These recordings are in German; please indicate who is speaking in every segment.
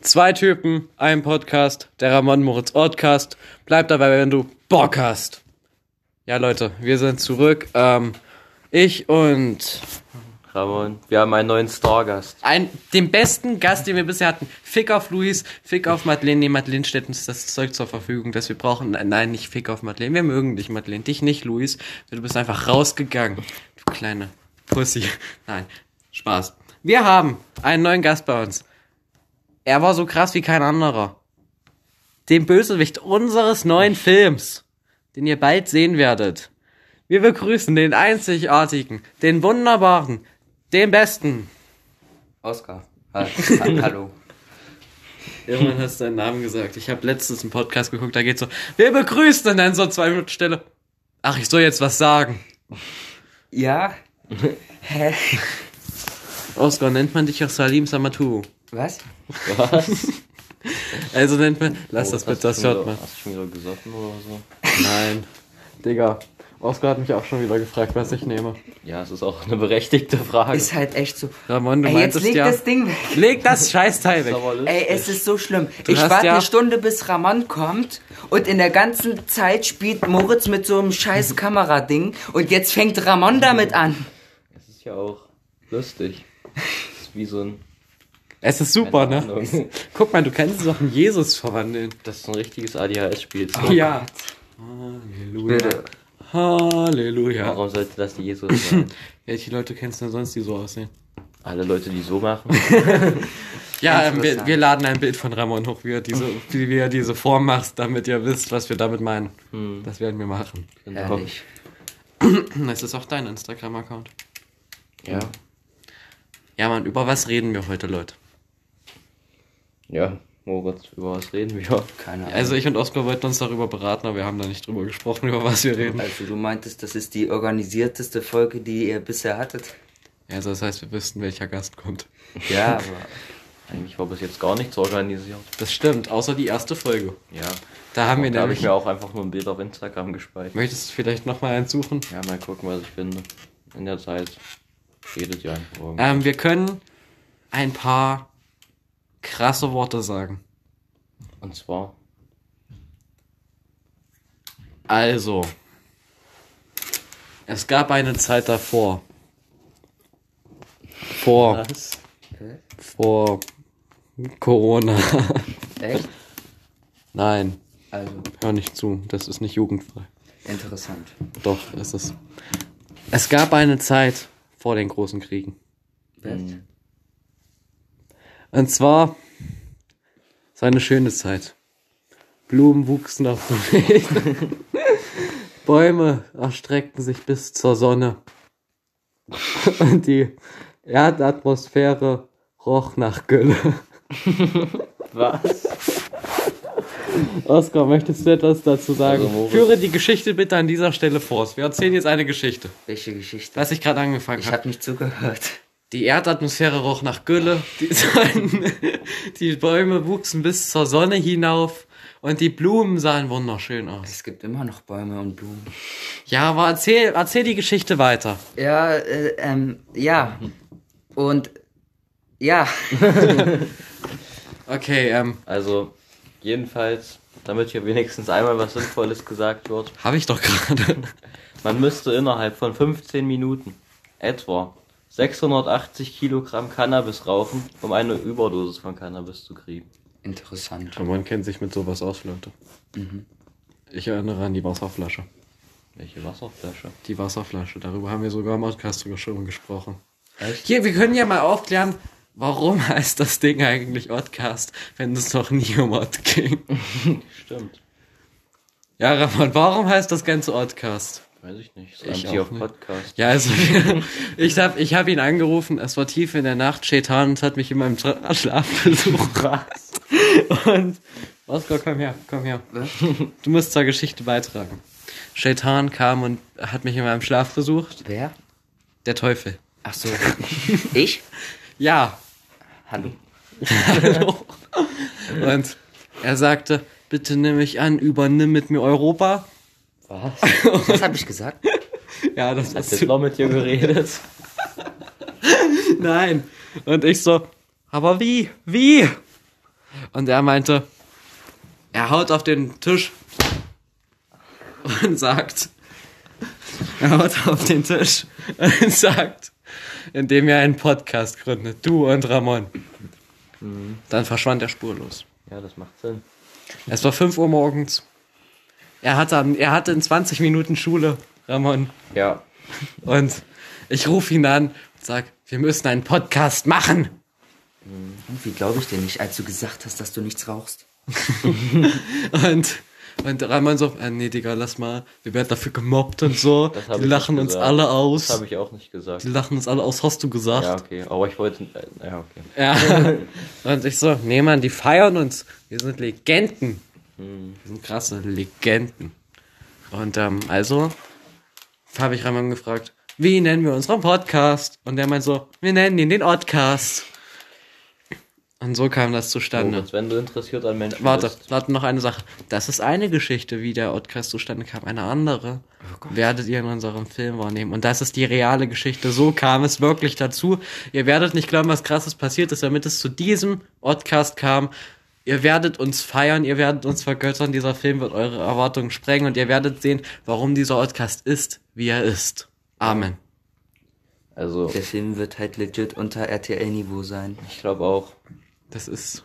Speaker 1: Zwei Typen, ein Podcast, der Ramon Moritz Ortcast. Bleib dabei, wenn du Bock hast. Ja, Leute, wir sind zurück. Ähm, ich und
Speaker 2: Ramon, wir haben einen neuen Stargast.
Speaker 1: ein, den besten Gast, den wir bisher hatten. Fick auf Luis, Fick auf Madeleine. Nee, Madeleine stellt uns das Zeug zur Verfügung, das wir brauchen. Nein, nein, nicht Fick auf Madeleine. Wir mögen dich, Madeleine. Dich nicht, Luis. Du bist einfach rausgegangen. Du kleine Pussy. Nein, Spaß. Wir haben einen neuen Gast bei uns. Er war so krass wie kein anderer. Den Bösewicht unseres neuen Films, den ihr bald sehen werdet. Wir begrüßen den einzigartigen, den wunderbaren, den besten,
Speaker 3: Oscar. Ha
Speaker 2: Halt,
Speaker 3: ha hallo.
Speaker 1: Irgendwann hast du deinen Namen gesagt. Ich habe letztens einen Podcast geguckt, da geht's so, wir begrüßen und dann so zwei Minuten Stille. Ach, ich soll jetzt was sagen.
Speaker 3: Ja? Hä?
Speaker 1: Oscar, nennt man dich auch Salim Samatu.
Speaker 3: Was?
Speaker 1: Also nennt man, lass das
Speaker 2: Oh,
Speaker 1: bitte, das
Speaker 2: hast du schon
Speaker 1: hört man.
Speaker 2: wieder- Hast du schon wieder gesoffen oder so?
Speaker 1: Nein. Digga, Oscar hat mich auch schon wieder gefragt, was ich nehme.
Speaker 2: Ja, es ist auch eine berechtigte Frage.
Speaker 3: Ist halt echt so.
Speaker 1: Ramon, du
Speaker 3: Ey, jetzt
Speaker 1: meintest
Speaker 3: leg
Speaker 1: ja...
Speaker 3: das Ding weg.
Speaker 1: Leg das Scheißteil
Speaker 2: Ist
Speaker 1: weg.
Speaker 2: aber lustig.
Speaker 3: Ey, es ist so schlimm.
Speaker 1: Du
Speaker 3: ich
Speaker 1: hast
Speaker 3: warte
Speaker 1: ja-
Speaker 3: eine Stunde, bis Ramon kommt und in der ganzen Zeit spielt Moritz mit so einem scheiß Kamerading und jetzt fängt Ramon damit an.
Speaker 2: Es ist ja auch lustig. Es ist wie so ein.
Speaker 1: Es ist super,
Speaker 2: Keine
Speaker 1: ne?
Speaker 2: Ahnung.
Speaker 1: Guck mal, du kannst es auch in Jesus verwandeln.
Speaker 2: Das ist ein richtiges ADHS-Spiel.
Speaker 1: Ja. Halleluja. Halleluja.
Speaker 2: Warum sollte das Jesus sein?
Speaker 1: Welche Leute kennst du denn sonst, die so aussehen?
Speaker 2: Alle Leute, die so machen.
Speaker 1: Ja, ähm, wir,
Speaker 3: Interessant.
Speaker 1: wir laden ein Bild von Ramon hoch, wie er, diese, wie wie er diese Form macht, damit ihr wisst, was wir damit meinen. Das werden wir machen.
Speaker 3: Herrlich.
Speaker 1: Das ist auch dein Instagram-Account.
Speaker 2: Ja.
Speaker 1: Ja, Mann, über was reden wir heute, Leute?
Speaker 2: Ja. Moritz, über was reden wir?
Speaker 3: Keine Ahnung.
Speaker 1: Also ich und Oskar wollten uns darüber beraten, aber wir haben da nicht drüber gesprochen, über was wir reden.
Speaker 3: Also du meintest, das ist die organisierteste Folge, die ihr bisher hattet.
Speaker 1: Also das heißt, wir wüssten, welcher Gast kommt.
Speaker 3: Ja, aber
Speaker 2: Eigentlich war bis jetzt gar nichts organisiert.
Speaker 1: Das stimmt, außer die erste Folge.
Speaker 2: Ja.
Speaker 1: Da haben wir
Speaker 2: Da habe ich
Speaker 1: nämlich...
Speaker 2: mir auch einfach nur ein Bild auf Instagram gespeichert.
Speaker 1: Möchtest du vielleicht nochmal eins suchen?
Speaker 2: Ja, mal gucken, was ich finde. In der Zeit steht es ja einfach irgendwo.
Speaker 1: Ähm, wir können ein paar krasse Worte sagen.
Speaker 2: Und zwar,
Speaker 1: Also, es gab eine Zeit davor. Vor, vor Corona.
Speaker 3: echt?
Speaker 1: Nein,
Speaker 3: Also
Speaker 1: hör nicht zu, das ist nicht jugendfrei.
Speaker 3: interessant.
Speaker 1: Doch, ist es. Es gab eine Zeit vor den großen Kriegen. Mhm.
Speaker 2: hm,
Speaker 1: Und zwar, es war eine schöne Zeit. Blumen wuchsen auf dem Weg. Bäume erstreckten sich bis zur Sonne. Und die Erdatmosphäre roch nach Gülle.
Speaker 2: Was?
Speaker 1: Oskar, möchtest du etwas dazu sagen?
Speaker 2: Also, Moritz-
Speaker 1: Führe die Geschichte bitte an dieser Stelle vor. Wir erzählen jetzt eine Geschichte,
Speaker 3: Welche Geschichte?
Speaker 1: was ich gerade angefangen
Speaker 3: Ich
Speaker 1: habe.
Speaker 3: habe nicht zugehört.
Speaker 1: Die Erdatmosphäre roch nach Gülle, die, Sonne, die Bäume wuchsen bis zur Sonne hinauf und die Blumen sahen wunderschön aus.
Speaker 3: Es gibt immer noch Bäume und Blumen.
Speaker 1: Ja, aber erzähl, erzähl die Geschichte weiter.
Speaker 3: Ja, äh, ähm, ja. Und ja,
Speaker 1: Okay, ähm,
Speaker 2: Also, jedenfalls, damit hier wenigstens einmal was Sinnvolles gesagt wird,
Speaker 1: habe ich doch gerade.
Speaker 2: man müsste innerhalb von 15 Minuten etwa 680 Kilogramm Cannabis rauchen, um eine Überdosis von Cannabis zu kriegen.
Speaker 3: interessant.
Speaker 1: Man kennt sich mit sowas aus, Leute. Ich erinnere an die Wasserflasche.
Speaker 2: Welche Wasserflasche?
Speaker 1: Die Wasserflasche, darüber haben wir sogar im Podcast sogar schon gesprochen.
Speaker 3: Echt?
Speaker 1: Hier, wir können ja mal aufklären, warum heißt das Ding eigentlich Oddcast, wenn es noch nie um Odd ging.
Speaker 2: Stimmt.
Speaker 1: Ja, Ramon, warum heißt das ganze Oddcast?
Speaker 2: Weiß ich nicht.
Speaker 1: Ich
Speaker 2: Das hier
Speaker 1: auch
Speaker 2: auf
Speaker 1: nicht.
Speaker 2: Podcast.
Speaker 1: Ja, also ich hab, ich hab ihn angerufen, es war tief in der Nacht, Chetan und hat mich in meinem Tra Schlaf besucht.
Speaker 2: Was?
Speaker 1: Und Oskar, komm her, komm her. Du musst zur Geschichte beitragen. Chetan kam und hat mich in meinem Schlaf besucht.
Speaker 3: Wer?
Speaker 1: Der Teufel.
Speaker 3: Ach so. ich?
Speaker 1: Ja.
Speaker 3: Hallo.
Speaker 1: Hallo. Und er sagte, bitte nimm mich an, übernimm mit mir Europa.
Speaker 2: Was?
Speaker 3: Was habe ich gesagt?
Speaker 1: Ja, das
Speaker 2: Hat
Speaker 1: ist
Speaker 2: Hitler mit dir geredet?
Speaker 1: Nein. Und ich so, aber wie? Wie? Und er meinte, er haut auf den Tisch und sagt, er haut auf den Tisch und sagt, indem ihr einen Podcast gründet, du und Ramon. Dann verschwand er spurlos.
Speaker 2: Ja, das macht Sinn.
Speaker 1: Es war 5 Uhr morgens. Er hatte, am- er hatte in 20 Minuten Schule, Ramon.
Speaker 2: Ja.
Speaker 1: Und ich rufe ihn an und sag, wir müssen einen Podcast machen.
Speaker 3: Wie glaube ich dir nicht, als du gesagt hast, dass du nichts rauchst?
Speaker 1: Und, und Ramon so, äh, nee, Digga, lass mal, wir werden dafür gemobbt und so.
Speaker 2: Das hab
Speaker 1: Die
Speaker 2: ich
Speaker 1: lachen
Speaker 2: nicht
Speaker 1: uns
Speaker 2: gesagt.
Speaker 1: alle
Speaker 2: Das
Speaker 1: aus.
Speaker 2: habe ich auch nicht gesagt.
Speaker 1: Die lachen uns alle aus, hast du
Speaker 2: Ja,
Speaker 1: gesagt.
Speaker 2: okay. Aber ich wollte. äh, Ja, okay.
Speaker 1: Ja. Und ich so, nee, Mann, die feiern uns. Wir sind Legenden.
Speaker 2: Hm.
Speaker 1: Wir sind krasse Legenden. Und ähm, also habe ich Ramon gefragt, wie nennen wir unseren Podcast? Und der meint so, wir nennen ihn den Oddcast. Und so kam das zustande.
Speaker 2: Moritz, wenn du interessiert an Menschen
Speaker 1: Warte,
Speaker 2: bist.
Speaker 1: warte, noch eine Sache. Das ist eine Geschichte, wie der Outcast zustande kam. Eine andere werdet ihr in unserem Film wahrnehmen. Und das ist die reale Geschichte. So kam es wirklich dazu. Ihr werdet nicht glauben, was krasses passiert ist, damit es zu diesem Outcast kam. Ihr werdet uns feiern, ihr werdet uns vergöttern. Dieser Film wird eure Erwartungen sprengen und ihr werdet sehen, warum dieser Outcast ist, wie er ist. Amen.
Speaker 2: Also,
Speaker 3: Der Film wird halt legit unter RTL-Niveau sein.
Speaker 2: ich glaube auch.
Speaker 1: Das ist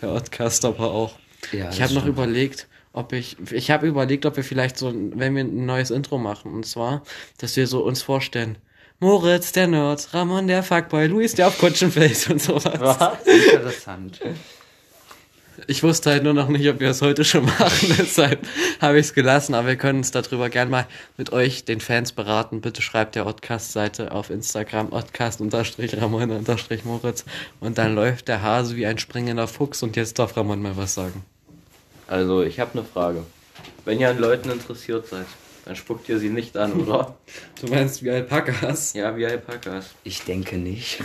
Speaker 1: der Outcast aber auch.
Speaker 3: Ja,
Speaker 1: ich
Speaker 3: das
Speaker 1: habe noch
Speaker 3: stimmt.
Speaker 1: überlegt, ob ich, ich habe überlegt, ob wir vielleicht so, ein- wenn wir ein neues Intro machen, und zwar, dass wir so uns vorstellen. Moritz, der Nerd, Ramon, der Fuckboy, Luis, der auf Kutschen fällt und sowas.
Speaker 3: Interessant.
Speaker 1: Ich wusste halt nur noch nicht, ob wir es heute schon machen, deshalb habe ich es gelassen, aber wir können uns darüber gern mal mit euch, den Fans, beraten. Bitte schreibt der Oddcast-Seite auf Instagram, Oddcast-Ramon-Moritz und dann läuft der Hase wie ein springender Fuchs und jetzt darf Ramon mal was sagen.
Speaker 2: Also, ich habe eine Frage. Wenn ihr an Leuten interessiert seid, dann spuckt ihr sie nicht an, oder?
Speaker 1: Du meinst wie Alpakas?
Speaker 2: ja, wie Alpakas.
Speaker 3: Ich denke nicht.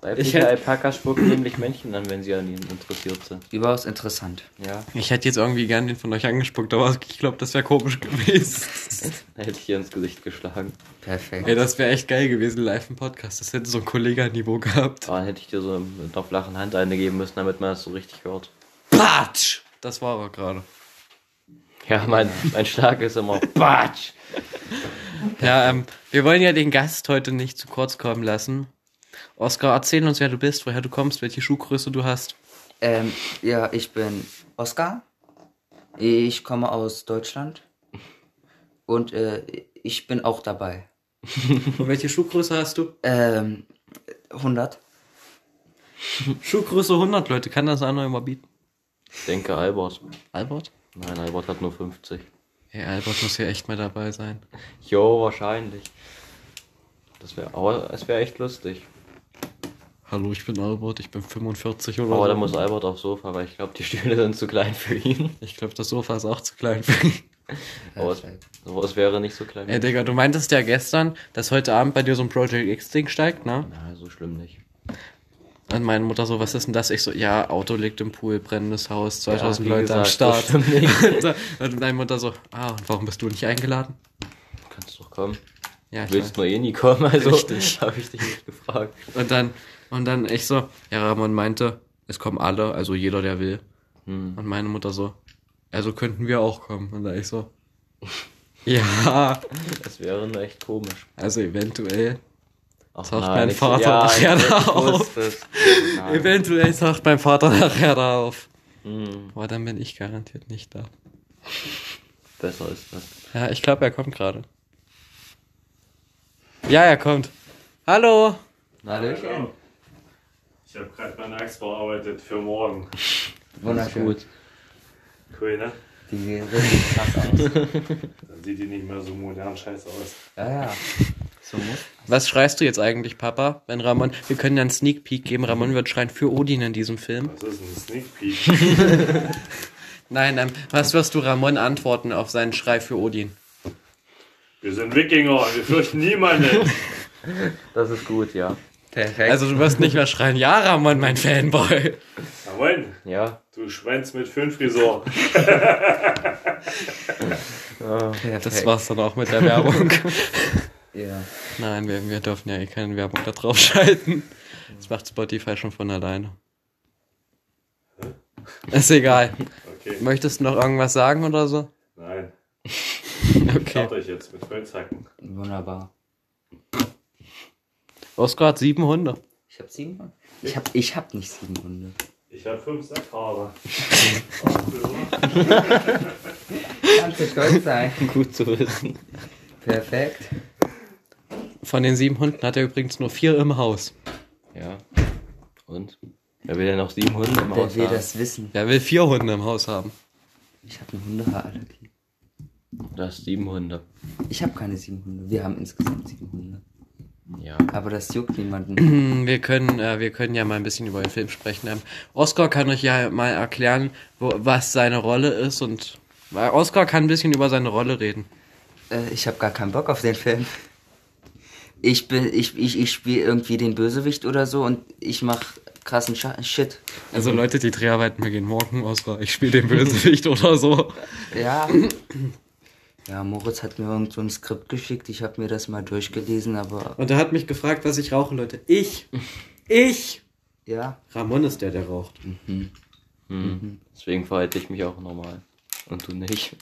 Speaker 2: Weibliche
Speaker 1: hätt-
Speaker 2: Alpakas spucken nämlich Männchen an, wenn sie an ihnen interessiert sind.
Speaker 3: Überaus interessant.
Speaker 2: Ja,
Speaker 1: Ich hätte jetzt irgendwie gern den von euch angespuckt, aber ich glaube, das wäre komisch gewesen.
Speaker 2: da hätte ich ihr ins Gesicht geschlagen.
Speaker 3: Perfekt.
Speaker 1: Ey, das wäre echt geil gewesen, live im Podcast. Das hätte so ein Kolleganiveau gehabt.
Speaker 2: Aber dann hätte ich dir so mit einer flachen Hand eine geben müssen, damit man das so richtig hört.
Speaker 1: Patsch! Das war er gerade.
Speaker 2: Ja, mein, mein Schlag ist immer Batsch.
Speaker 1: Ja, ähm, wir wollen ja den Gast heute nicht zu kurz kommen lassen. Oskar, erzähl uns, wer du bist, woher du kommst, welche Schuhgröße du hast.
Speaker 3: Ähm, ja, ich bin Oskar. Ich komme aus Deutschland. Und äh, ich bin auch dabei.
Speaker 1: Und welche Schuhgröße hast du?
Speaker 3: Ähm, 100.
Speaker 1: Schuhgröße 100, Leute. Kann das einer immer bieten?
Speaker 2: Ich denke Albert.
Speaker 1: Albert?
Speaker 2: Nein, Albert hat nur 50.
Speaker 1: Ey, Albert muss hier echt mal dabei sein.
Speaker 2: Jo, wahrscheinlich. Das wäre, aber es wäre echt lustig.
Speaker 1: Hallo, ich bin Albert, ich bin 45 oder
Speaker 2: Aber
Speaker 1: so.
Speaker 2: da muss Albert aufs Sofa, weil ich glaube, die Stühle sind zu klein für ihn.
Speaker 1: Ich glaube, das Sofa ist auch zu klein für ihn.
Speaker 2: Aber es, aber es wäre nicht so klein.
Speaker 1: Ey, Digga, du meintest ja gestern, dass heute Abend bei dir so ein Project X-Ding steigt, ne?
Speaker 2: Na, so schlimm nicht.
Speaker 1: Und meine Mutter so, was ist denn das? Ich so, ja, Auto liegt im Pool, brennendes Haus, 2000
Speaker 2: Ja, wie
Speaker 1: Leute am
Speaker 2: gesagt, so
Speaker 1: Start.
Speaker 2: schlimm
Speaker 1: und so- und meine Mutter so, ah, und warum bist du nicht eingeladen?
Speaker 2: Kannst doch kommen.
Speaker 1: Ja,
Speaker 2: Du
Speaker 1: ich
Speaker 2: willst nur eh nie kommen, also
Speaker 1: Richtig.
Speaker 2: habe ich dich nicht gefragt.
Speaker 1: weiß. Und dann, und dann ich so, ja, Ramon meinte, es kommen alle, also jeder, der will.
Speaker 2: Hm,
Speaker 1: Und meine Mutter so, also könnten wir auch kommen. Und dann ich so, ja,
Speaker 2: Das wäre nur echt komisch.
Speaker 1: also eventuell.
Speaker 2: Ach,
Speaker 1: Taucht mein
Speaker 2: ich-
Speaker 1: Vater
Speaker 2: ja,
Speaker 1: nachher
Speaker 2: ich,
Speaker 1: da
Speaker 2: ich
Speaker 1: auf.
Speaker 2: wusste es. Nein.
Speaker 1: Eventuell taucht mein Vater nachher da auf.
Speaker 2: Hm,
Speaker 1: Boah, dann bin ich garantiert nicht da.
Speaker 2: besser ist das.
Speaker 1: Ja, ich glaube, er kommt gerade. Ja, er kommt. Hallo.
Speaker 3: Hallöchen.
Speaker 4: Hallo. Ich habe gerade meine Axt bearbeitet für morgen.
Speaker 3: Wunderschön.
Speaker 2: Gut.
Speaker 4: Cool, ne?
Speaker 3: Die richtig krass aus.
Speaker 4: Dann sieht die nicht mehr so modern scheiße aus.
Speaker 3: Ja, ja. So muss.
Speaker 1: Was schreist du jetzt eigentlich, Papa? Wenn Ramon, wir können ja einen Sneak Peek geben. Ramon wird schreien für Odin in diesem Film.
Speaker 4: Das ist ein Sneak Peek.
Speaker 1: Nein, nein. Was wirst du Ramon antworten auf seinen Schrei für Odin?
Speaker 4: Wir sind Wikinger, wir fürchten niemanden.
Speaker 2: Das ist gut, ja.
Speaker 3: Perfekt.
Speaker 1: Also du wirst nicht mehr schreien, ja, Ramon, mein Fanboy.
Speaker 4: Jawohl,
Speaker 2: Ja.
Speaker 4: du Schwänz mit Föhnfrisur.
Speaker 3: Perfekt.
Speaker 1: Das war's dann auch mit der Werbung.
Speaker 3: Ja.
Speaker 1: Nein, wir, wir dürfen ja eh keine Werbung da drauf schalten. Das macht Spotify schon von alleine. Ist egal.
Speaker 4: Okay.
Speaker 1: Möchtest du noch irgendwas sagen oder so?
Speaker 4: Nein. Ich
Speaker 1: Okay.
Speaker 4: okay. euch jetzt mit Holzhacken.
Speaker 3: Wunderbar.
Speaker 1: Oskar hat sieben Hunde.
Speaker 3: Ich habe sieben Hunde. Ich habe ich hab nicht sieben Hunde.
Speaker 4: Ich habe fünf Sackhaare.
Speaker 3: Kannst du stolz sein.
Speaker 2: Gut zu wissen.
Speaker 3: Perfekt.
Speaker 1: Von den sieben Hunden hat er übrigens nur vier im Haus.
Speaker 2: Ja. Und? Wer will denn noch sieben Hunde im
Speaker 3: Wer
Speaker 2: Haus
Speaker 3: will
Speaker 2: haben?
Speaker 3: das wissen?
Speaker 1: Wer will vier Hunde im Haus haben?
Speaker 3: Ich habe eine Hundehaarallergie.
Speaker 2: Das sieben Hunde.
Speaker 3: Ich habe keine sieben Hunde. Wir haben insgesamt sieben Hunde.
Speaker 2: Ja.
Speaker 3: Aber das juckt niemanden.
Speaker 1: Hm, Wir können, äh, wir können ja mal ein bisschen über den Film sprechen. Ähm, Oscar kann euch ja mal erklären, wo, was seine Rolle ist und weil Oscar kann ein bisschen über seine Rolle reden.
Speaker 3: äh, ich habe gar keinen Bock auf den Film. Ich bin, ich, ich, ich spiele irgendwie den Bösewicht oder so und ich mach krassen Scha Shit.
Speaker 1: Also Leute, die Dreharbeiten beginnen morgen, Oscar. Ich spiele den Bösewicht oder so.
Speaker 3: Ja. Ja, Moritz hat mir irgend so ein Skript geschickt. Ich habe mir das mal durchgelesen, aber
Speaker 1: Und er hat mich gefragt, was ich rauche, Leute. Ich, ich.
Speaker 3: ja.
Speaker 1: Ramon ist der, der raucht. Mhm.
Speaker 2: Hm. Deswegen verhalte ich mich auch normal. Und du nicht.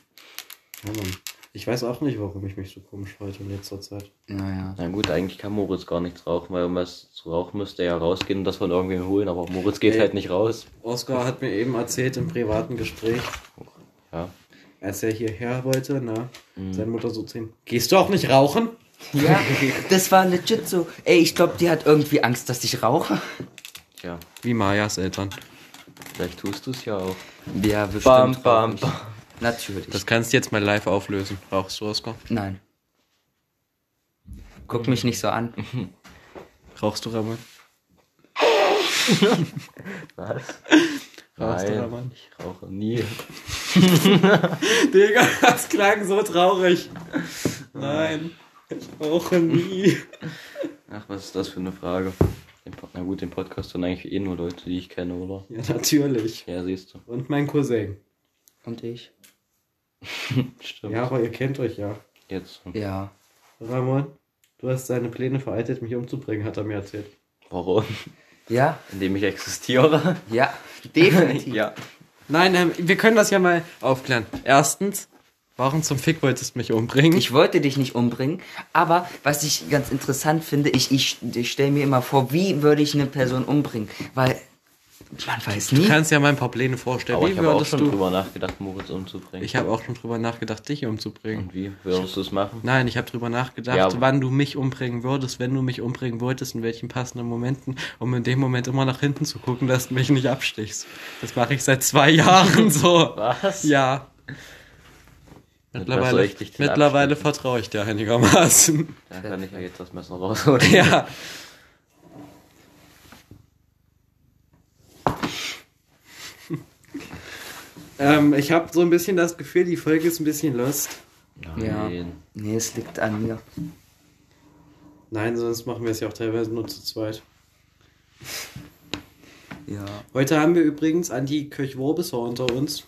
Speaker 1: Ich weiß auch nicht, warum ich mich so komisch verhalte in letzter Zeit.
Speaker 3: Naja.
Speaker 2: Na gut, eigentlich kann Moritz gar nichts rauchen, weil um was zu rauchen müsste er ja rausgehen und das von irgendwem holen, aber Moritz geht
Speaker 1: Ey.
Speaker 2: halt nicht raus.
Speaker 1: Oscar hat mir eben erzählt im privaten Gespräch,
Speaker 2: Ja.
Speaker 1: als er hierher wollte, na, seine Mutter so zu ihm, gehst du auch nicht rauchen?
Speaker 3: Ja, das war legit so. Ey, ich glaube, die hat irgendwie Angst, dass ich rauche.
Speaker 2: Tja,
Speaker 1: Wie Mayas Eltern.
Speaker 2: vielleicht tust du es ja auch.
Speaker 3: Ja, bestimmt.
Speaker 2: Bam,
Speaker 3: rauch
Speaker 2: bam,
Speaker 3: ich.
Speaker 2: bam.
Speaker 3: Natürlich.
Speaker 1: Das kannst du jetzt mal live auflösen. Rauchst du, Oscar?
Speaker 3: Nein. Guck mich nicht so an.
Speaker 1: Rauchst du, Ramon?
Speaker 2: Was?
Speaker 1: Rauchst du,
Speaker 2: Nein,
Speaker 1: Ramon?
Speaker 2: ich rauche nie.
Speaker 1: Digga, das klang so traurig. Nein, ich rauche nie.
Speaker 2: Ach, was ist das für eine Frage? Den Pod- Na gut, den Podcast hören eigentlich eh nur Leute, die ich kenne, oder?
Speaker 1: Ja, natürlich.
Speaker 2: Ja, siehst du.
Speaker 1: Und mein Cousin.
Speaker 3: Und ich?
Speaker 2: Stimmt.
Speaker 1: Ja, aber ihr kennt euch ja.
Speaker 2: Jetzt.
Speaker 3: Ja.
Speaker 1: Ramon, du hast seine Pläne veraltet, mich umzubringen, hat er mir erzählt.
Speaker 2: Warum?
Speaker 3: Ja,
Speaker 2: Indem ich existiere?
Speaker 3: ja, definitiv.
Speaker 2: ja.
Speaker 1: Nein, ähm, wir können das ja mal aufklären. Erstens, warum zum Fick wolltest du mich umbringen?
Speaker 3: Ich wollte dich nicht umbringen, aber was ich ganz interessant finde, ich, ich, ich stelle mir immer vor, wie würde ich eine Person umbringen? Weil man weiß
Speaker 1: du
Speaker 3: nie.
Speaker 1: kannst ja mal ein paar Pläne vorstellen.
Speaker 2: Aber ich habe auch
Speaker 1: würdest
Speaker 2: schon
Speaker 1: du-
Speaker 2: drüber nachgedacht, Moritz umzubringen.
Speaker 1: Ich habe auch schon drüber nachgedacht, dich umzubringen.
Speaker 2: Und wie würdest du es machen?
Speaker 1: Nein, ich habe drüber nachgedacht,
Speaker 2: Ja, aber-
Speaker 1: wann du mich umbringen würdest, wenn du mich umbringen wolltest, in welchen passenden Momenten, um in dem Moment immer nach hinten zu gucken, dass du mich nicht abstichst. Das mache ich seit zwei Jahren so.
Speaker 2: Was?
Speaker 1: Ja.
Speaker 2: was
Speaker 1: Mittlerweile,
Speaker 2: soll ich dich denn
Speaker 1: mittlerweile vertraue ich dir einigermaßen.
Speaker 2: Da kann ich ja jetzt das Messer rausholen.
Speaker 1: ja. ähm, ich habe so ein bisschen das Gefühl, die Folge ist ein bisschen lost.
Speaker 2: Nein.
Speaker 3: Nee, es liegt an mir.
Speaker 1: Nein, sonst machen wir es ja auch teilweise nur zu zweit.
Speaker 3: Ja.
Speaker 1: Heute haben wir übrigens Andi Köch-Worbisser unter uns.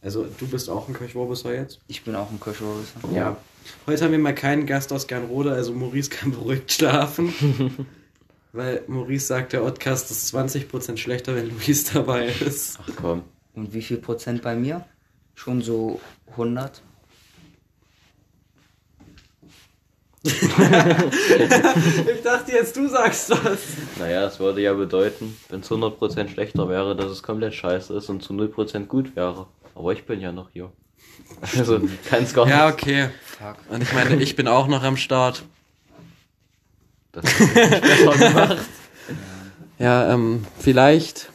Speaker 1: Also, du bist auch ein Köch-Worbisser jetzt.
Speaker 3: Ich bin auch ein Kirschwurst.
Speaker 1: Ja. Heute haben wir mal keinen Gast aus Gernrode, also Maurice kann beruhigt schlafen. weil Maurice sagt, der Podcast ist 20% schlechter, wenn Luis dabei ist.
Speaker 2: Ach komm.
Speaker 3: Und wie viel Prozent bei mir? Schon so 100?
Speaker 1: Ich dachte jetzt, du sagst das.
Speaker 2: Naja, das würde ja bedeuten, wenn es 100% schlechter wäre, dass es komplett scheiße ist und zu 0% gut wäre. Aber ich bin ja noch hier. Also, kann es gar nicht.
Speaker 1: Ja, okay.
Speaker 3: Fuck.
Speaker 1: Und ich meine, ich bin auch noch am Start.
Speaker 2: Das ist nicht besser gemacht.
Speaker 1: Ja, ähm, vielleicht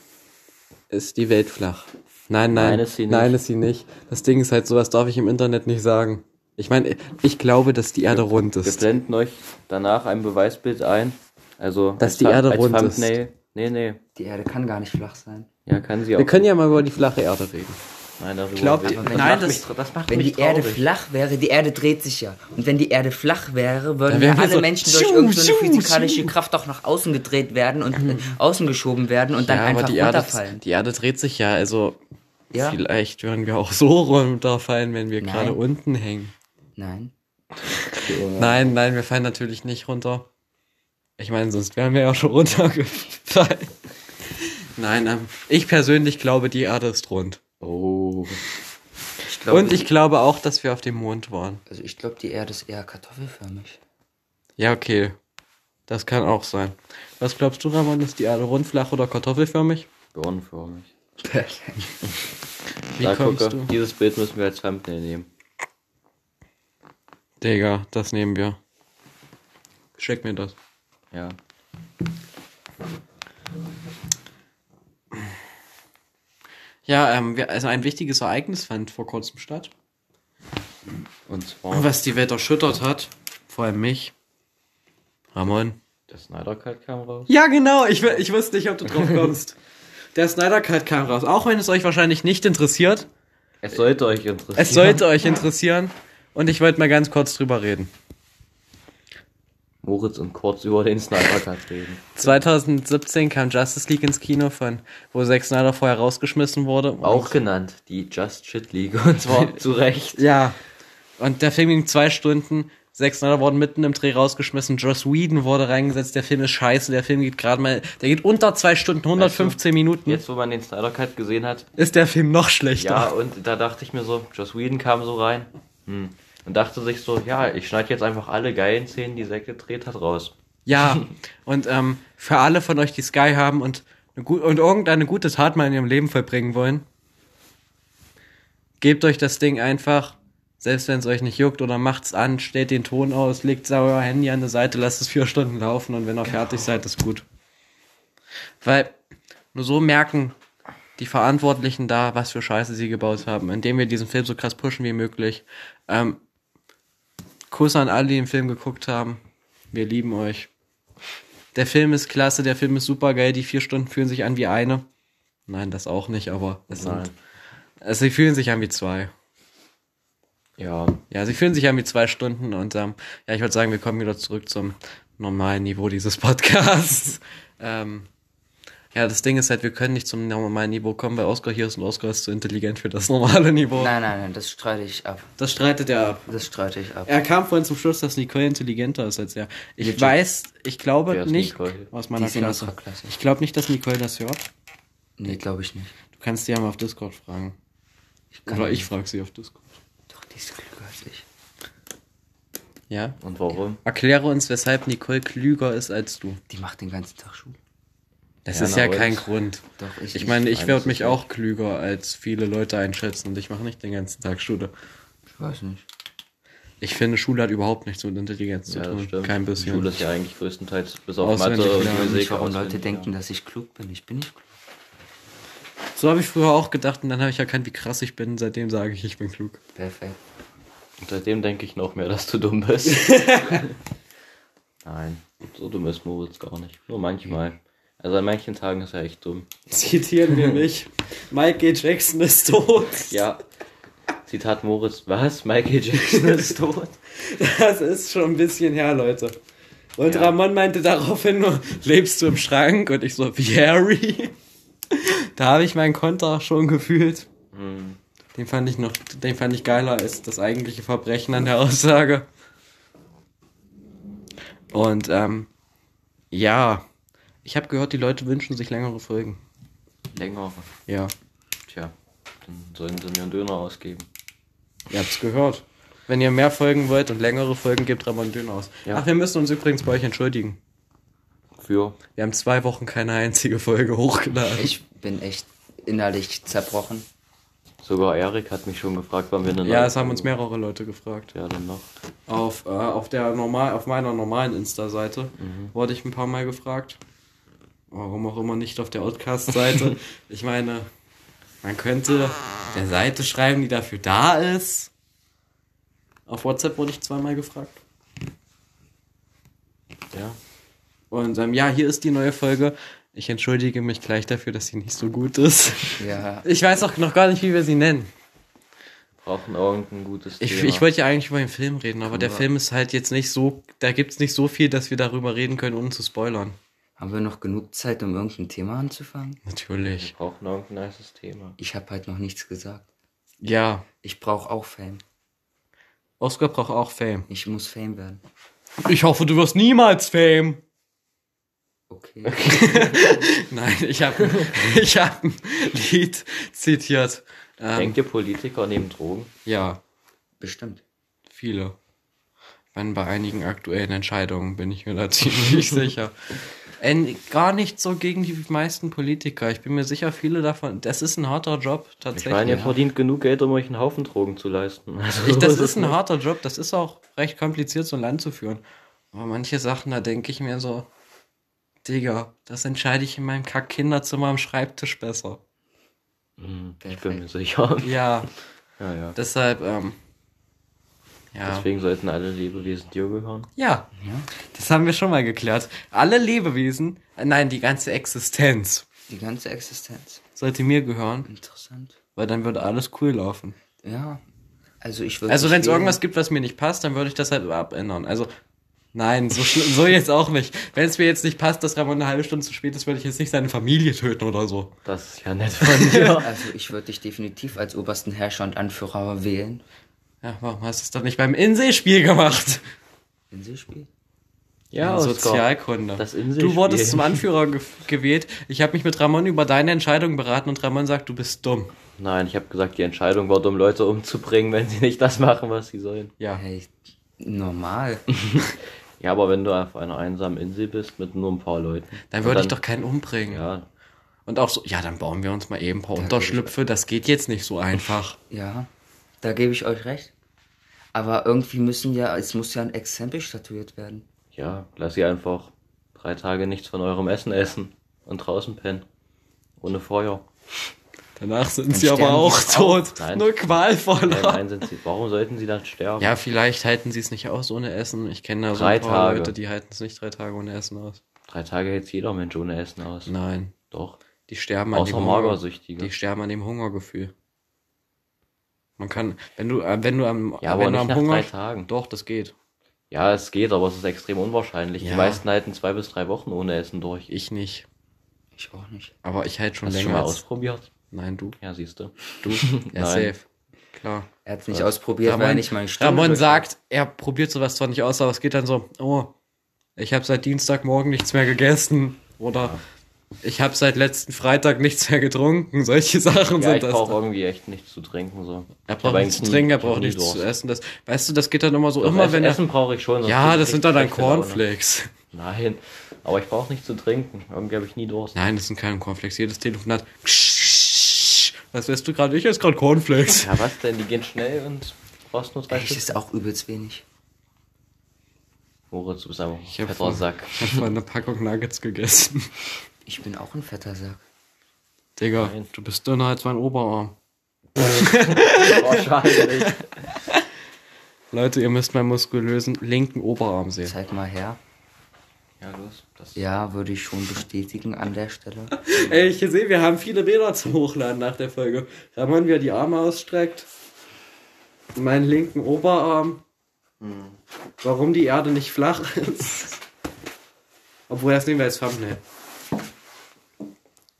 Speaker 1: ist die Welt flach. Nein, nein,
Speaker 2: Nein, ist sie nicht.
Speaker 1: nein, ist sie nicht. Das Ding ist halt, sowas darf ich im Internet nicht sagen. Ich meine, ich glaube, dass die Erde rund
Speaker 2: Wir
Speaker 1: ist.
Speaker 2: blenden euch danach ein Beweisbild ein. Also,
Speaker 1: Dass
Speaker 2: als
Speaker 1: die
Speaker 2: Thumb-
Speaker 1: Erde
Speaker 2: als
Speaker 1: rund ist.
Speaker 2: Thumbnail. ist. Nee, nee.
Speaker 3: Die Erde kann gar nicht flach sein.
Speaker 2: Ja, kann sie
Speaker 1: Wir
Speaker 2: auch.
Speaker 1: können ja mal über die flache Erde reden.
Speaker 2: Nein, darüber
Speaker 1: Glaubt
Speaker 2: will-
Speaker 1: ihr- Nein,
Speaker 2: das macht
Speaker 1: das-
Speaker 2: mich, tra- das macht
Speaker 3: Wenn
Speaker 2: mich
Speaker 3: die Erde
Speaker 2: traurig.
Speaker 3: flach wäre, die Erde dreht sich ja. Und wenn die Erde flach wäre, würden
Speaker 1: Dann wären
Speaker 3: ja
Speaker 1: wir
Speaker 3: alle
Speaker 1: so
Speaker 3: Menschen durch
Speaker 1: tschu,
Speaker 3: irgendeine
Speaker 1: tschu,
Speaker 3: physikalische
Speaker 1: tschu. Mhm.
Speaker 3: Kraft auch nach außen gedreht werden und äh, außen geschoben werden und dann
Speaker 1: ja, aber
Speaker 3: einfach
Speaker 1: die Erde,
Speaker 3: runterfallen.
Speaker 1: die Erde dreht sich ja, also
Speaker 3: Ja.
Speaker 1: vielleicht würden wir auch so runterfallen, wenn wir
Speaker 3: Nein.
Speaker 1: gerade unten hängen.
Speaker 3: Nein.
Speaker 1: Nein, nein, wir fallen natürlich nicht runter. Ich meine, sonst wären wir ja schon runtergefallen. Nein, ähm, ich persönlich glaube, die Erde ist rund.
Speaker 2: Oh.
Speaker 3: Ich glaube,
Speaker 1: Und ich glaube auch, dass wir auf dem Mond waren.
Speaker 3: also ich glaube, die Erde ist eher kartoffelförmig.
Speaker 1: Ja, okay. Das kann auch sein. Was glaubst du, Ramon? Ist die Erde rund, flach oder kartoffelförmig?
Speaker 2: Dornförmig.
Speaker 1: Wie
Speaker 2: Da,
Speaker 1: kommst
Speaker 2: gucke,
Speaker 1: du?
Speaker 2: Dieses Bild müssen wir als Thumbnail nehmen.
Speaker 1: Digga, das nehmen wir. Schick mir das.
Speaker 2: Ja.
Speaker 1: Ja, ähm, wir, also ein wichtiges Ereignis fand vor kurzem statt,
Speaker 2: Und zwar
Speaker 1: was die Welt erschüttert hat. Vor allem mich. Ramon.
Speaker 2: der Snyder Cut kam raus.
Speaker 1: Ja, genau. Ich, wi- ich wusste nicht, ob du drauf kommst. Der Snyder Cut kam raus. Auch wenn es euch wahrscheinlich nicht interessiert.
Speaker 2: Es sollte euch interessieren.
Speaker 1: Es sollte euch interessieren. Und ich wollte mal ganz kurz drüber reden.
Speaker 2: Moritz und kurz über den Snyder Cut reden.
Speaker 1: 2017 kam Justice League ins Kino, von wo Zack Snyder vorher rausgeschmissen wurde.
Speaker 2: Auch genannt die Just Shit League. Und zwar zu Recht.
Speaker 1: Ja. Und der Film ging zwei Stunden. Zack Snyder wurde mitten im Dreh rausgeschmissen. Joss Whedon wurde reingesetzt. Der Film ist scheiße. Der Film geht gerade mal, der geht unter zwei Stunden, 115 Minuten.
Speaker 2: Jetzt, wo man den Snyder Cut gesehen hat,
Speaker 1: ist der Film noch schlechter.
Speaker 2: ja, und da dachte ich mir so, Joss Whedon kam so rein hm, und dachte sich so, ja, ich schneide jetzt einfach alle geilen Szenen, die Zack gedreht hat, raus.
Speaker 1: Ja, und ähm, für alle von euch, die Sky haben und, eine gut, und irgendeine gute Tat mal in ihrem Leben vollbringen wollen, gebt euch das Ding einfach, selbst wenn es euch nicht juckt oder macht's an, stellt den Ton aus, legt sauer Handy an der Seite, lasst es vier Stunden laufen und wenn ihr fertig seid, ist gut. Weil nur so merken die Verantwortlichen da, was für Scheiße sie gebaut haben, indem wir diesen Film so krass pushen wie möglich. Ähm, Kuss an alle, die den Film geguckt haben. Wir lieben euch. Der Film ist klasse, der Film ist super geil, die vier Stunden fühlen sich an wie eine. Nein, das auch nicht, aber es sind, also sie fühlen sich an wie zwei.
Speaker 2: Ja,
Speaker 1: Ja, sie fühlen sich an wie zwei Stunden und ähm, ja, ich würde sagen, wir kommen wieder zurück zum normalen Niveau dieses Podcasts. ähm, ja, das Ding ist halt, wir können nicht zum normalen Niveau kommen, weil Oscar hier ist und Oscar ist zu intelligent für das normale Niveau.
Speaker 3: Nein, nein, nein, das streite ich ab.
Speaker 1: Das streitet er ab.
Speaker 3: Das streite ich ab.
Speaker 1: Er kam vorhin zum Schluss, dass Nicole intelligenter ist als er. Ich weiß, ich glaube
Speaker 2: Wer ist
Speaker 1: nicht
Speaker 2: Nicole?
Speaker 1: aus meiner
Speaker 3: Die ist in
Speaker 1: Klasse.
Speaker 3: unserer Klasse.
Speaker 1: Ich glaube nicht, dass Nicole das hört.
Speaker 3: Nee, glaube ich nicht.
Speaker 1: Du kannst die ja mal auf Discord fragen.
Speaker 3: kann
Speaker 1: Oder
Speaker 3: nicht.
Speaker 1: ich frage sie auf Discord.
Speaker 3: Doch, die ist klüger als ich.
Speaker 1: Ja?
Speaker 2: und warum?
Speaker 1: Erkläre uns, weshalb Nicole klüger ist als du.
Speaker 3: Die macht den ganzen Tag Schule.
Speaker 1: Das
Speaker 2: Ja,
Speaker 1: ist
Speaker 2: na,
Speaker 1: ja
Speaker 2: aber
Speaker 1: kein
Speaker 2: das-
Speaker 1: Grund.
Speaker 3: Doch, ich-
Speaker 1: ich meine, ich
Speaker 2: nein,
Speaker 1: werde
Speaker 2: das
Speaker 1: mich
Speaker 2: ist
Speaker 1: auch klüger als viele Leute einschätzen und ich mache nicht den ganzen Tag Schule.
Speaker 3: Ich weiß nicht.
Speaker 1: Ich finde, Schule hat überhaupt nichts mit Intelligenz zu
Speaker 2: Ja, das
Speaker 1: tun.
Speaker 2: stimmt.
Speaker 1: Kein bisschen.
Speaker 2: Schule ist ja eigentlich größtenteils bis auf
Speaker 1: Auswendig
Speaker 2: Mathe
Speaker 1: lernen,
Speaker 2: und
Speaker 3: Ich weiß
Speaker 2: Musik.
Speaker 3: nicht, warum Leute
Speaker 2: auswendig
Speaker 3: denken,
Speaker 2: lernen.
Speaker 3: dass ich klug bin. Ich bin nicht klug.
Speaker 1: So habe ich früher auch gedacht und dann habe ich erkannt, wie krass ich bin. Seitdem sage ich, ich bin klug.
Speaker 3: Perfekt.
Speaker 2: Und seitdem denke ich noch mehr, dass du dumm bist. Nein, so dumm ist Moritz gar nicht. Nur manchmal. Also an manchen Tagen ist er echt dumm.
Speaker 1: Zitieren wir mich. Michael Jackson ist tot.
Speaker 2: Ja. Zitat Moritz, was? Michael Jackson ist tot?
Speaker 1: Das ist schon ein bisschen her, Leute. Und
Speaker 2: Ja.
Speaker 1: Ramon meinte daraufhin nur, lebst du im Schrank? Und ich so, wie Harry? Da habe ich meinen Konter schon gefühlt.
Speaker 2: Hm.
Speaker 1: Den fand ich noch, den fand ich geiler als das eigentliche Verbrechen an der Aussage. Und ähm, ja, ich habe gehört, die Leute wünschen sich längere Folgen.
Speaker 2: Länger.
Speaker 1: Ja,
Speaker 2: Tja, dann sollen sie mir einen Döner ausgeben.
Speaker 1: ihr habt's gehört. Wenn ihr mehr Folgen wollt und längere Folgen, gebt Ramon Dünn aus.
Speaker 2: Ja.
Speaker 1: Ach, wir müssen uns übrigens bei euch entschuldigen.
Speaker 2: Für?
Speaker 1: Wir haben zwei Wochen keine einzige Folge hochgeladen.
Speaker 3: Ich bin echt innerlich zerbrochen.
Speaker 2: Sogar Erik hat mich schon gefragt, wann wir eine
Speaker 1: ja,
Speaker 2: neue
Speaker 1: es haben uns
Speaker 2: Folge-
Speaker 1: mehrere Leute gefragt.
Speaker 2: Ja, dann noch.
Speaker 1: Auf, äh, auf, der normal, auf meiner normalen Insta-Seite wurde ich ein paar Mal gefragt. Warum auch immer nicht auf der Outcast-Seite. ich meine, man könnte der Seite schreiben, die dafür da ist. Auf WhatsApp wurde ich zweimal gefragt.
Speaker 2: Ja.
Speaker 1: Und ähm, ja, hier ist die neue Folge. Ich entschuldige mich gleich dafür, dass sie nicht so gut ist.
Speaker 3: Ja.
Speaker 1: Ich weiß auch noch gar nicht, wie wir sie nennen.
Speaker 2: Brauchen irgendein gutes
Speaker 1: Ich,
Speaker 2: Thema.
Speaker 1: ich wollte ja eigentlich über den Film reden, aber der
Speaker 3: Ja.
Speaker 1: Film ist halt jetzt nicht so, da gibt's nicht so viel, dass wir darüber reden können, ohne zu spoilern.
Speaker 3: Haben wir noch genug Zeit, um irgendein Thema anzufangen?
Speaker 1: Natürlich.
Speaker 2: Wir brauchen irgendein nices Thema.
Speaker 3: Ich habe halt noch nichts gesagt.
Speaker 1: Ja.
Speaker 3: Ich brauche auch Fame.
Speaker 1: Oscar braucht auch Fame.
Speaker 3: Ich muss Fame werden.
Speaker 1: Ich hoffe, du wirst niemals Fame.
Speaker 3: Oh Okay.
Speaker 1: Nein, ich habe ich hab ein Lied zitiert. Ähm,
Speaker 2: Denkt ihr, Politiker nehmen Drogen?
Speaker 1: ja,
Speaker 3: Bestimmt.
Speaker 1: viele. Wenn bei einigen aktuellen Entscheidungen bin ich mir da ziemlich sicher. En- gar nicht so gegen die meisten Politiker. Ich bin mir sicher, viele davon. Das ist ein harter Job,
Speaker 2: Ich
Speaker 1: tatsächlich.
Speaker 2: meine, ihr verdient genug Geld, um euch einen Haufen Drogen zu leisten. Also,
Speaker 1: Ich, das
Speaker 2: so
Speaker 1: ist ein
Speaker 2: es nicht.
Speaker 1: harter Job, das ist auch recht kompliziert, so ein Land zu führen. Aber manche Sachen, da denke ich mir so, Digga, das entscheide ich in meinem Kack-Kinderzimmer am Schreibtisch besser.
Speaker 2: Hm, Ich bin mir sicher.
Speaker 1: Ja,
Speaker 2: Ja, ja.
Speaker 1: deshalb, ähm, ja.
Speaker 2: Deswegen sollten alle Lebewesen dir gehören.
Speaker 1: Ja, das haben wir schon mal geklärt. Alle Lebewesen, äh, nein, die ganze Existenz
Speaker 3: Die ganze Existenz.
Speaker 1: sollte mir gehören,
Speaker 3: Interessant.
Speaker 1: weil dann würde alles cool laufen.
Speaker 3: Ja. Also ich würde.
Speaker 1: Also
Speaker 3: nicht
Speaker 1: wenn es
Speaker 3: wählen.
Speaker 1: irgendwas gibt, was mir nicht passt, dann würde ich das halt abändern. Also nein, so, schl- so jetzt auch nicht. Wenn es mir jetzt nicht passt, dass Ramon eine halbe Stunde zu spät ist, würde ich jetzt nicht seine Familie töten oder so.
Speaker 2: Das ist ja nett von dir.
Speaker 3: Also ich würde dich definitiv als obersten Herrscher und Anführer wählen.
Speaker 1: Ja, warum hast du es dann nicht beim Inseespiel gemacht?
Speaker 3: Wenn sie spielt.
Speaker 2: ja, Oskar.
Speaker 1: Sozialkunde.
Speaker 2: Das Inselspiel.
Speaker 1: du wurdest zum Anführer ge gewählt. Ich habe mich mit Ramon über deine Entscheidung beraten und Ramon sagt, du bist dumm.
Speaker 2: Nein, ich habe gesagt, die Entscheidung war, um Leute umzubringen, wenn sie nicht das machen, was sie sollen.
Speaker 1: Ja.
Speaker 3: Hey, normal.
Speaker 2: Ja, aber wenn du auf einer einsamen Insel bist mit nur ein paar Leuten.
Speaker 1: Dann
Speaker 2: und
Speaker 1: würde ich doch keinen umbringen.
Speaker 2: Ja,
Speaker 1: Und auch so, ja, dann bauen wir uns mal eben ein paar Unterschlüpfe. Das geht jetzt nicht so einfach.
Speaker 3: Ja, da gebe ich euch recht. Aber irgendwie müssen ja, es muss ja ein Exempel statuiert werden.
Speaker 2: ja, lass sie einfach drei Tage nichts von eurem Essen essen und draußen pennen. Ohne Feuer.
Speaker 1: Danach sind
Speaker 3: Dann
Speaker 1: sie aber
Speaker 3: sterben
Speaker 1: auch
Speaker 3: die auch.
Speaker 1: tot.
Speaker 2: Nein.
Speaker 1: Nur
Speaker 2: Nein,
Speaker 1: qualvoller.
Speaker 2: nein, sind sie. Warum sollten sie dann sterben?
Speaker 1: Ja, vielleicht halten sie es nicht aus ohne Essen. Ich kenne da so
Speaker 2: Drei
Speaker 1: ein paar
Speaker 2: Tage.
Speaker 1: Leute, die halten es nicht drei Tage ohne Essen aus.
Speaker 2: Drei Tage hält jeder Mensch ohne Essen aus.
Speaker 1: Nein.
Speaker 2: Doch.
Speaker 1: Die sterben an
Speaker 2: Außer
Speaker 1: dem Hunger.
Speaker 2: Magersüchtige.
Speaker 1: Die sterben an dem Hungergefühl. Man kann, wenn du, äh, wenn du am,
Speaker 2: Ja,
Speaker 1: wenn
Speaker 2: aber
Speaker 1: du
Speaker 2: nicht
Speaker 1: am
Speaker 2: nach
Speaker 1: Hunger,
Speaker 2: drei Tagen.
Speaker 1: doch, das geht.
Speaker 2: Ja, es geht, aber es ist extrem unwahrscheinlich.
Speaker 1: Ja.
Speaker 2: Die meisten halten zwei bis drei Wochen ohne Essen durch.
Speaker 1: Ich nicht.
Speaker 3: Ich auch nicht.
Speaker 1: Aber ich halte schon
Speaker 2: Hast du
Speaker 1: länger.
Speaker 2: schon mal
Speaker 1: als,
Speaker 2: ausprobiert?
Speaker 1: nein, du.
Speaker 2: Ja, siehst du.
Speaker 1: Du. Ja,
Speaker 2: Nein.
Speaker 1: safe. Klar.
Speaker 3: Er hat es nicht ausprobiert, weil er nicht mal gestorben
Speaker 1: Ramon
Speaker 3: ist.
Speaker 1: sagt, er probiert sowas zwar nicht aus, aber es geht dann so, oh, ich habe seit Dienstagmorgen nichts mehr gegessen oder ich habe seit letzten Freitag nichts mehr getrunken. Solche Sachen
Speaker 2: Ja, ich
Speaker 1: sind das.
Speaker 2: brauche irgendwie echt nichts zu trinken. So.
Speaker 1: Er
Speaker 2: Ich hab
Speaker 1: braucht nichts
Speaker 2: eigentlich
Speaker 1: zu trinken, er
Speaker 2: nie- ich hab
Speaker 1: braucht
Speaker 2: nie
Speaker 1: nichts
Speaker 2: Durst.
Speaker 1: zu essen. Das, weißt du, das geht dann immer so,
Speaker 2: Doch,
Speaker 1: immer
Speaker 2: Essen-
Speaker 1: wenn er,
Speaker 2: Essen brauche ich schon. sonst krieg
Speaker 1: Ja,
Speaker 2: ich
Speaker 1: das sind dann, dann
Speaker 2: richtig schlechte Laune.
Speaker 1: Cornflakes.
Speaker 2: Nein, aber ich brauche nichts zu trinken. Irgendwie habe ich nie Durst.
Speaker 1: Nein, das sind keine Cornflakes. Jedes Telefonat. Was weißt du gerade? Ich esse gerade Cornflakes.
Speaker 2: Ja, was denn? Die gehen schnell und brauchst nur drei
Speaker 3: Echt,
Speaker 2: Stück.
Speaker 3: ist auch übelst wenig.
Speaker 2: Moritz, du bist einfach
Speaker 1: hab
Speaker 2: ein fetter
Speaker 1: von-
Speaker 2: Sack.
Speaker 1: Ich habe mal eine Packung Nuggets gegessen.
Speaker 3: Ich bin auch ein fetter Sack.
Speaker 1: Digga,
Speaker 2: Nein.
Speaker 1: du bist dünner als mein Oberarm.
Speaker 2: Wahrscheinlich.
Speaker 1: Leute, ihr müsst meinen muskulösen linken Oberarm sehen.
Speaker 3: Zeig mal her.
Speaker 2: Ja, los. Das
Speaker 3: Ja, würde ich schon bestätigen an der Stelle.
Speaker 1: Ey, ich sehe, wir haben viele Bilder zum Hochladen nach der Folge. Ramon, wie er die Arme ausstreckt. Meinen linken Oberarm. Warum die Erde nicht flach ist. Obwohl, das nehmen wir als Thumbnail.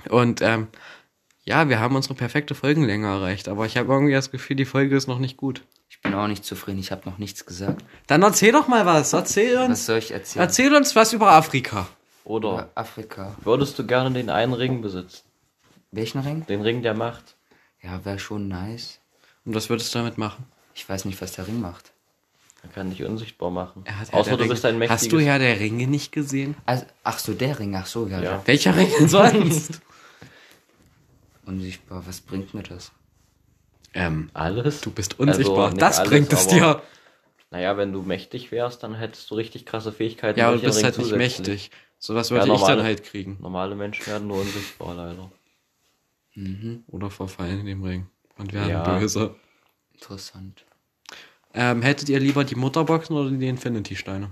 Speaker 1: Und, ähm, ja, wir haben unsere perfekte Folgenlänge erreicht, aber ich habe irgendwie das Gefühl, die Folge ist noch nicht gut.
Speaker 3: Ich bin auch nicht zufrieden, ich habe noch nichts gesagt.
Speaker 1: Dann erzähl doch mal was. Erzähl
Speaker 3: Was
Speaker 1: uns,
Speaker 3: soll ich erzählen?
Speaker 1: erzähl uns was über Afrika.
Speaker 2: Oder
Speaker 3: Afrika.
Speaker 2: würdest du gerne den einen Ring besitzen?
Speaker 3: Welchen Ring?
Speaker 2: Den Ring der Macht?
Speaker 3: Ja, wäre schon nice.
Speaker 1: Und was würdest du damit machen?
Speaker 3: Ich weiß nicht, was der Ring macht.
Speaker 2: Er kann dich unsichtbar machen.
Speaker 1: Er hat Herr
Speaker 2: Außer
Speaker 1: der
Speaker 2: du bist
Speaker 1: Ringe-
Speaker 2: ein mächtiges...
Speaker 1: Hast du Herr der Ringe nicht gesehen?
Speaker 3: Also, ach so, der Ring, ach so, ja.
Speaker 2: Ja.
Speaker 3: ja.
Speaker 1: Welcher Ring denn sonst?
Speaker 3: Unsichtbar, was bringt mir das?
Speaker 1: ähm,
Speaker 2: Alles?
Speaker 1: du bist unsichtbar.
Speaker 2: Also, nicht
Speaker 1: das
Speaker 2: alles,
Speaker 1: bringt es
Speaker 2: aber-
Speaker 1: dir.
Speaker 2: Naja, wenn du mächtig wärst, dann hättest du richtig krasse Fähigkeiten.
Speaker 1: Ja, aber
Speaker 2: durch
Speaker 1: du
Speaker 2: den
Speaker 1: bist
Speaker 2: Ring
Speaker 1: halt nicht
Speaker 2: zusätzlich.
Speaker 1: mächtig. So was würde ich
Speaker 2: normal.
Speaker 1: dann halt kriegen.
Speaker 2: Normale Menschen werden nur unsichtbar, leider.
Speaker 3: Mhm.
Speaker 1: Oder verfallen in dem Ring. Und werden
Speaker 2: Ja.
Speaker 1: böse.
Speaker 3: Interessant.
Speaker 1: Ähm, hättet ihr lieber die Mutterboxen oder die Infinity-Steine?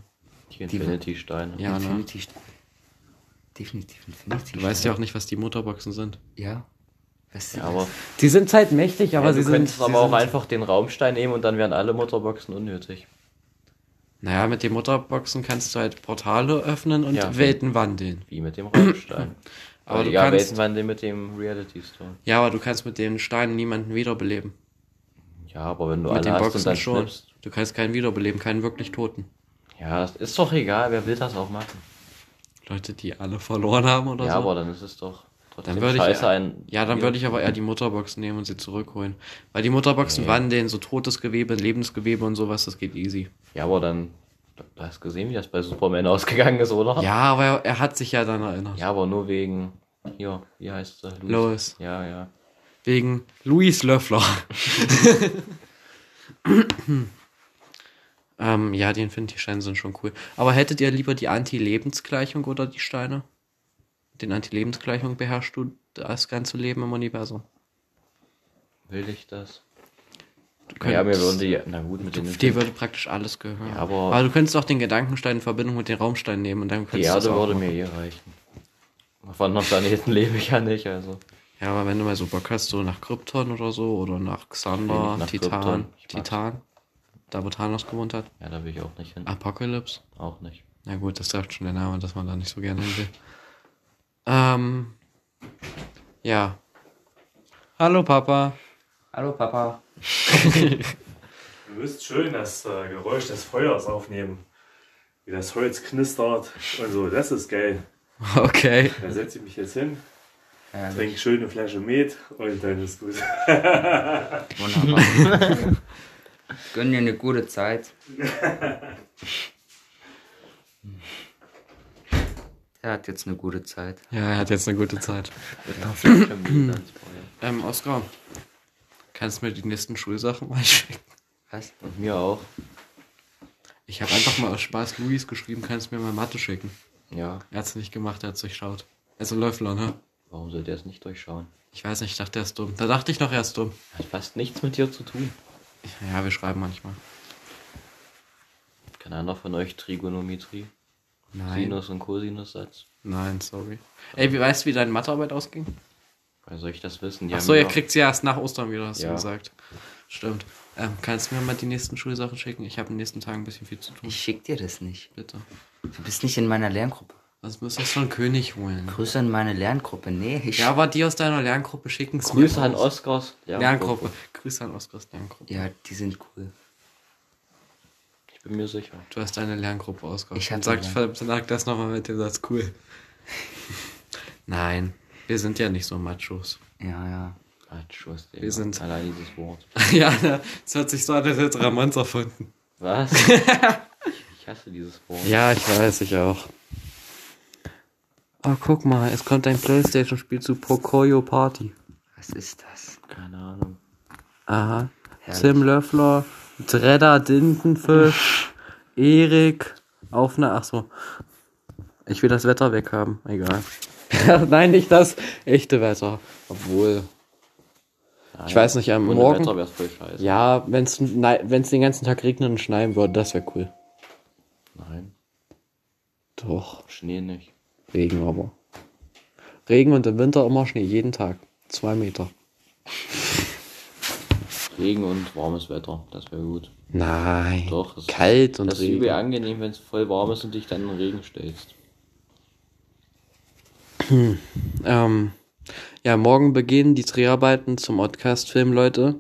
Speaker 2: Die Infinity-Steine.
Speaker 1: Ja, ne?
Speaker 3: Infinity. Stein. Definitiv Infinity.
Speaker 1: Du weißt ja auch nicht, was die Mutterboxen sind.
Speaker 3: Ja. Was
Speaker 2: Ja, aber
Speaker 1: Die sind halt mächtig, aber
Speaker 2: ja, du könntest aber auch einfach den Raumstein nehmen und dann wären alle Mutterboxen unnötig.
Speaker 1: Naja, mit den Mutterboxen kannst du halt Portale öffnen und
Speaker 2: Ja.
Speaker 1: Welten wandeln.
Speaker 2: Wie mit dem Raumstein.
Speaker 1: Aber
Speaker 2: Weil
Speaker 1: du
Speaker 2: ja,
Speaker 1: kannst-
Speaker 2: welchen waren die mit dem Reality Stone?
Speaker 1: Ja, aber du kannst mit den Steinen niemanden wiederbeleben.
Speaker 2: Ja, aber wenn du ne?
Speaker 1: mit
Speaker 2: alle
Speaker 1: den
Speaker 2: hast
Speaker 1: Boxen
Speaker 2: und dann
Speaker 1: schon.
Speaker 2: schnippst.
Speaker 1: Du kannst keinen wiederbeleben, keinen wirklich Toten.
Speaker 2: Ja, das ist doch egal, wer will das auch machen.
Speaker 1: Leute, die alle verloren haben oder
Speaker 2: ja,
Speaker 1: so.
Speaker 2: aber dann ist es doch trotzdem
Speaker 1: Also- Dann würde ich
Speaker 2: scheiße
Speaker 1: eher-
Speaker 2: ein.
Speaker 1: Ja, dann würde ich aber eher die Mutterboxen nehmen und sie zurückholen. Weil die Mutterboxen waren denen so totes Gewebe, Lebensgewebe und sowas, das geht easy.
Speaker 2: Ja, aber dann. Du hast gesehen, wie das bei Superman ausgegangen ist, oder?
Speaker 1: Ja, aber er, er hat sich ja dann erinnert.
Speaker 2: Ja, aber nur wegen. Hier, wie heißt er?
Speaker 1: Lois.
Speaker 2: Ja, ja.
Speaker 1: Wegen Luis Löffler. ähm, ja, die Infinity-Steine sind schon cool. Aber hättet ihr lieber die Anti-Lebensgleichung oder die Steine? Den Anti-Lebensgleichung beherrschst du das ganze Leben im Universum.
Speaker 2: Will ich das?
Speaker 1: Du
Speaker 2: Ja, mir
Speaker 1: könntest-
Speaker 2: würden die. Na gut, mit den.
Speaker 1: Dir würde praktisch alles gehören.
Speaker 2: Ja, aber-
Speaker 1: du könntest auch den Gedankenstein in Verbindung mit den Raumsteinen nehmen und dann
Speaker 2: Die
Speaker 1: könntest du das
Speaker 2: Erde
Speaker 1: auch
Speaker 2: würde
Speaker 1: machen.
Speaker 2: mir eh reichen. Auf anderen Planeten lebe ich ja nicht, also.
Speaker 1: Ja, aber wenn du mal so Bock hast, so nach Krypton oder so oder nach
Speaker 2: will
Speaker 1: Xander,
Speaker 2: nicht nach
Speaker 1: Titan,
Speaker 2: Krypton. Ich mag's.
Speaker 1: Titan, da wo Thanos gewohnt hat,
Speaker 2: Ja, da will ich auch nicht
Speaker 1: Ah.
Speaker 2: hin.
Speaker 1: Apocalypse.
Speaker 2: Auch nicht.
Speaker 1: Na gut, das sagt schon der Name, dass man da nicht so gerne hin will. Ähm, ja. Hallo Papa.
Speaker 3: Hallo Papa.
Speaker 4: Ihr müsst schön das äh, Geräusch des Feuers aufnehmen. Wie das Holz knistert und so. Das ist geil.
Speaker 1: Okay.
Speaker 4: Da setze ich mich jetzt hin,
Speaker 3: Ja,
Speaker 4: trinke schön eine Flasche Met und dann ist gut.
Speaker 3: wunderbar. Gönn dir eine gute Zeit. Er hat jetzt eine gute Zeit.
Speaker 1: Ja, er hat jetzt eine gute Zeit.
Speaker 2: Mit einer Flasche Bier ans Feuer.
Speaker 1: Ähm, Oskar, kannst du mir die nächsten Schulsachen mal schicken?
Speaker 3: Was?
Speaker 2: Und mir auch.
Speaker 1: Ich habe einfach mal aus Spaß Luis geschrieben, kannst du mir mal Mathe schicken.
Speaker 2: Ja.
Speaker 1: Er hat's nicht gemacht, er hat's durchschaut. Also Löffler, ne?
Speaker 2: Warum sollte er es nicht durchschauen?
Speaker 1: Ich weiß nicht, ich dachte, er ist dumm. Da dachte ich noch, er ist dumm.
Speaker 2: Hat fast nichts mit dir zu tun.
Speaker 1: Ja, wir schreiben manchmal.
Speaker 2: Kann einer von euch Trigonometrie?
Speaker 1: Nein.
Speaker 2: Sinus- und Cosinussatz?
Speaker 1: Nein, sorry. Ey, wie weißt du, wie deine Mathearbeit ausging?
Speaker 2: Woher soll ich das wissen? Die
Speaker 1: Ach
Speaker 2: haben
Speaker 1: so,
Speaker 2: mir
Speaker 1: ihr
Speaker 2: auch-
Speaker 1: kriegt sie erst nach Ostern wieder, hast du
Speaker 2: Ja.
Speaker 1: gesagt. Stimmt. Ähm, kannst du mir mal die nächsten Schulsachen schicken? Ich habe in den nächsten Tagen ein bisschen viel zu tun.
Speaker 3: Ich schick dir das nicht.
Speaker 1: Bitte.
Speaker 3: Du bist nicht in meiner Lerngruppe.
Speaker 1: Was müsstest du einen König holen?
Speaker 3: Grüße an meine Lerngruppe. Nee, ich.
Speaker 1: Ja, aber die aus deiner Lerngruppe schicken es
Speaker 2: Grüße an Oskars
Speaker 1: Lerngruppe. Grüße an Oskars Lerngruppe.
Speaker 3: ja die sind cool.
Speaker 2: Ich bin mir sicher.
Speaker 1: Du hast deine Lerngruppe Oskar.
Speaker 3: Ich hab
Speaker 1: Und sag,
Speaker 3: eine
Speaker 1: sag das nochmal mit dem Satz cool. Nein, wir sind ja nicht so Machos.
Speaker 3: Ja, ja.
Speaker 2: Ah, Schuss,
Speaker 1: Wir sind-
Speaker 2: Allein dieses Wort.
Speaker 1: ja, ne, es hört sich so an, als hätte Ramons erfunden.
Speaker 2: Was? ich hasse dieses Wort.
Speaker 1: Ja, ich weiß, ich auch. Oh, guck mal, es kommt ein Playstation-Spiel zu Pocoyo Party.
Speaker 3: Was ist das?
Speaker 2: Keine Ahnung.
Speaker 1: Aha. Tim Löffler, Dredder Dintenfisch, Erik, auf ne, ach so. Ich will das Wetter weghaben, egal. Nein, nicht das echte Wetter. Obwohl. Ich weiß nicht, am
Speaker 2: Ohne
Speaker 1: Morgen.
Speaker 2: Wetter wär's voll scheiße.
Speaker 1: Ja, wenn es den ganzen Tag regnet und schneien würde, das wäre cool.
Speaker 2: Nein,
Speaker 1: Doch,
Speaker 2: Schnee nicht.
Speaker 1: Regen aber. Regen und im Winter immer Schnee, jeden Tag. Zwei Meter.
Speaker 2: Regen und warmes Wetter, das wäre gut.
Speaker 1: Nein.
Speaker 2: Doch, es-
Speaker 1: Kalt und
Speaker 2: das ist übel
Speaker 1: Regen.
Speaker 2: angenehm, wenn es voll warm ist und dich dann in den Regen stellst.
Speaker 1: Ähm, ja, morgen beginnen die Dreharbeiten zum Oddcast-Film, Leute.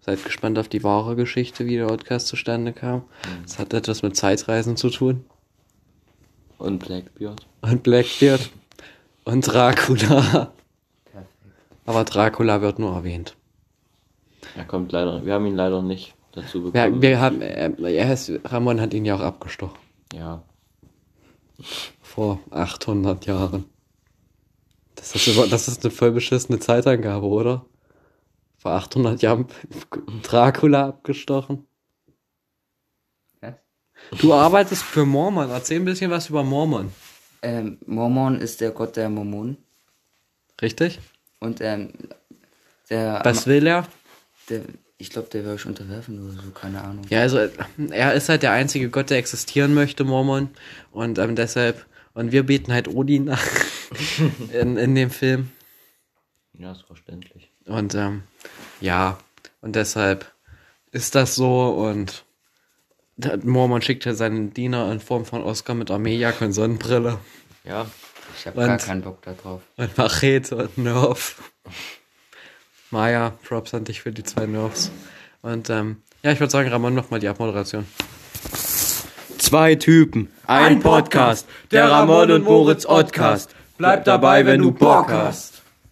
Speaker 1: Seid gespannt auf die wahre Geschichte, wie der Oddcast zustande kam.
Speaker 2: Mhm.
Speaker 1: Es hat etwas mit Zeitreisen zu tun.
Speaker 2: Und Blackbeard.
Speaker 1: Und Blackbeard. Und Dracula.
Speaker 3: Perfekt.
Speaker 1: Aber Dracula wird nur erwähnt.
Speaker 2: Er kommt leider, wir haben ihn leider nicht dazu
Speaker 1: Ja,
Speaker 2: bekommen.
Speaker 1: wir haben, äh, er ist, Ramon hat ihn ja auch abgestochen.
Speaker 2: ja.
Speaker 1: Vor 800 Jahren. Das ist, über- das ist eine voll beschissene Zeitangabe, oder? Vor 800 Jahren Dracula abgestochen.
Speaker 3: Was?
Speaker 1: Du arbeitest für Mormon. Erzähl ein bisschen was über Mormon.
Speaker 3: Ähm, Mormon ist der Gott der Mormonen.
Speaker 1: Richtig?
Speaker 3: Und ähm, der.
Speaker 1: Was will er?
Speaker 3: der ich glaube, der will euch unterwerfen oder so, keine Ahnung.
Speaker 1: Ja, also äh, er ist halt der einzige Gott, der existieren möchte, Mormon. Und ähm, deshalb, und wir beten halt Odin nach in, in dem Film.
Speaker 2: Ja, ist verständlich.
Speaker 1: Und ähm, ja, und deshalb ist das so und der Mormon schickt ja seinen Diener in Form von Oscar mit Armeejacke und Sonnenbrille
Speaker 2: Ja,
Speaker 3: Ich habe gar
Speaker 1: Und-
Speaker 3: keinen Bock da drauf.
Speaker 1: und Machete und Nerf. Maya, Props an dich für die zwei Nerfs. Und ähm, ja, ich würde sagen, Ramon, mach mal die Abmoderation. Zwei Typen, ein, Podcast, der Ramon und Moritz Ottcast. Bleib dabei, wenn du Bock hast.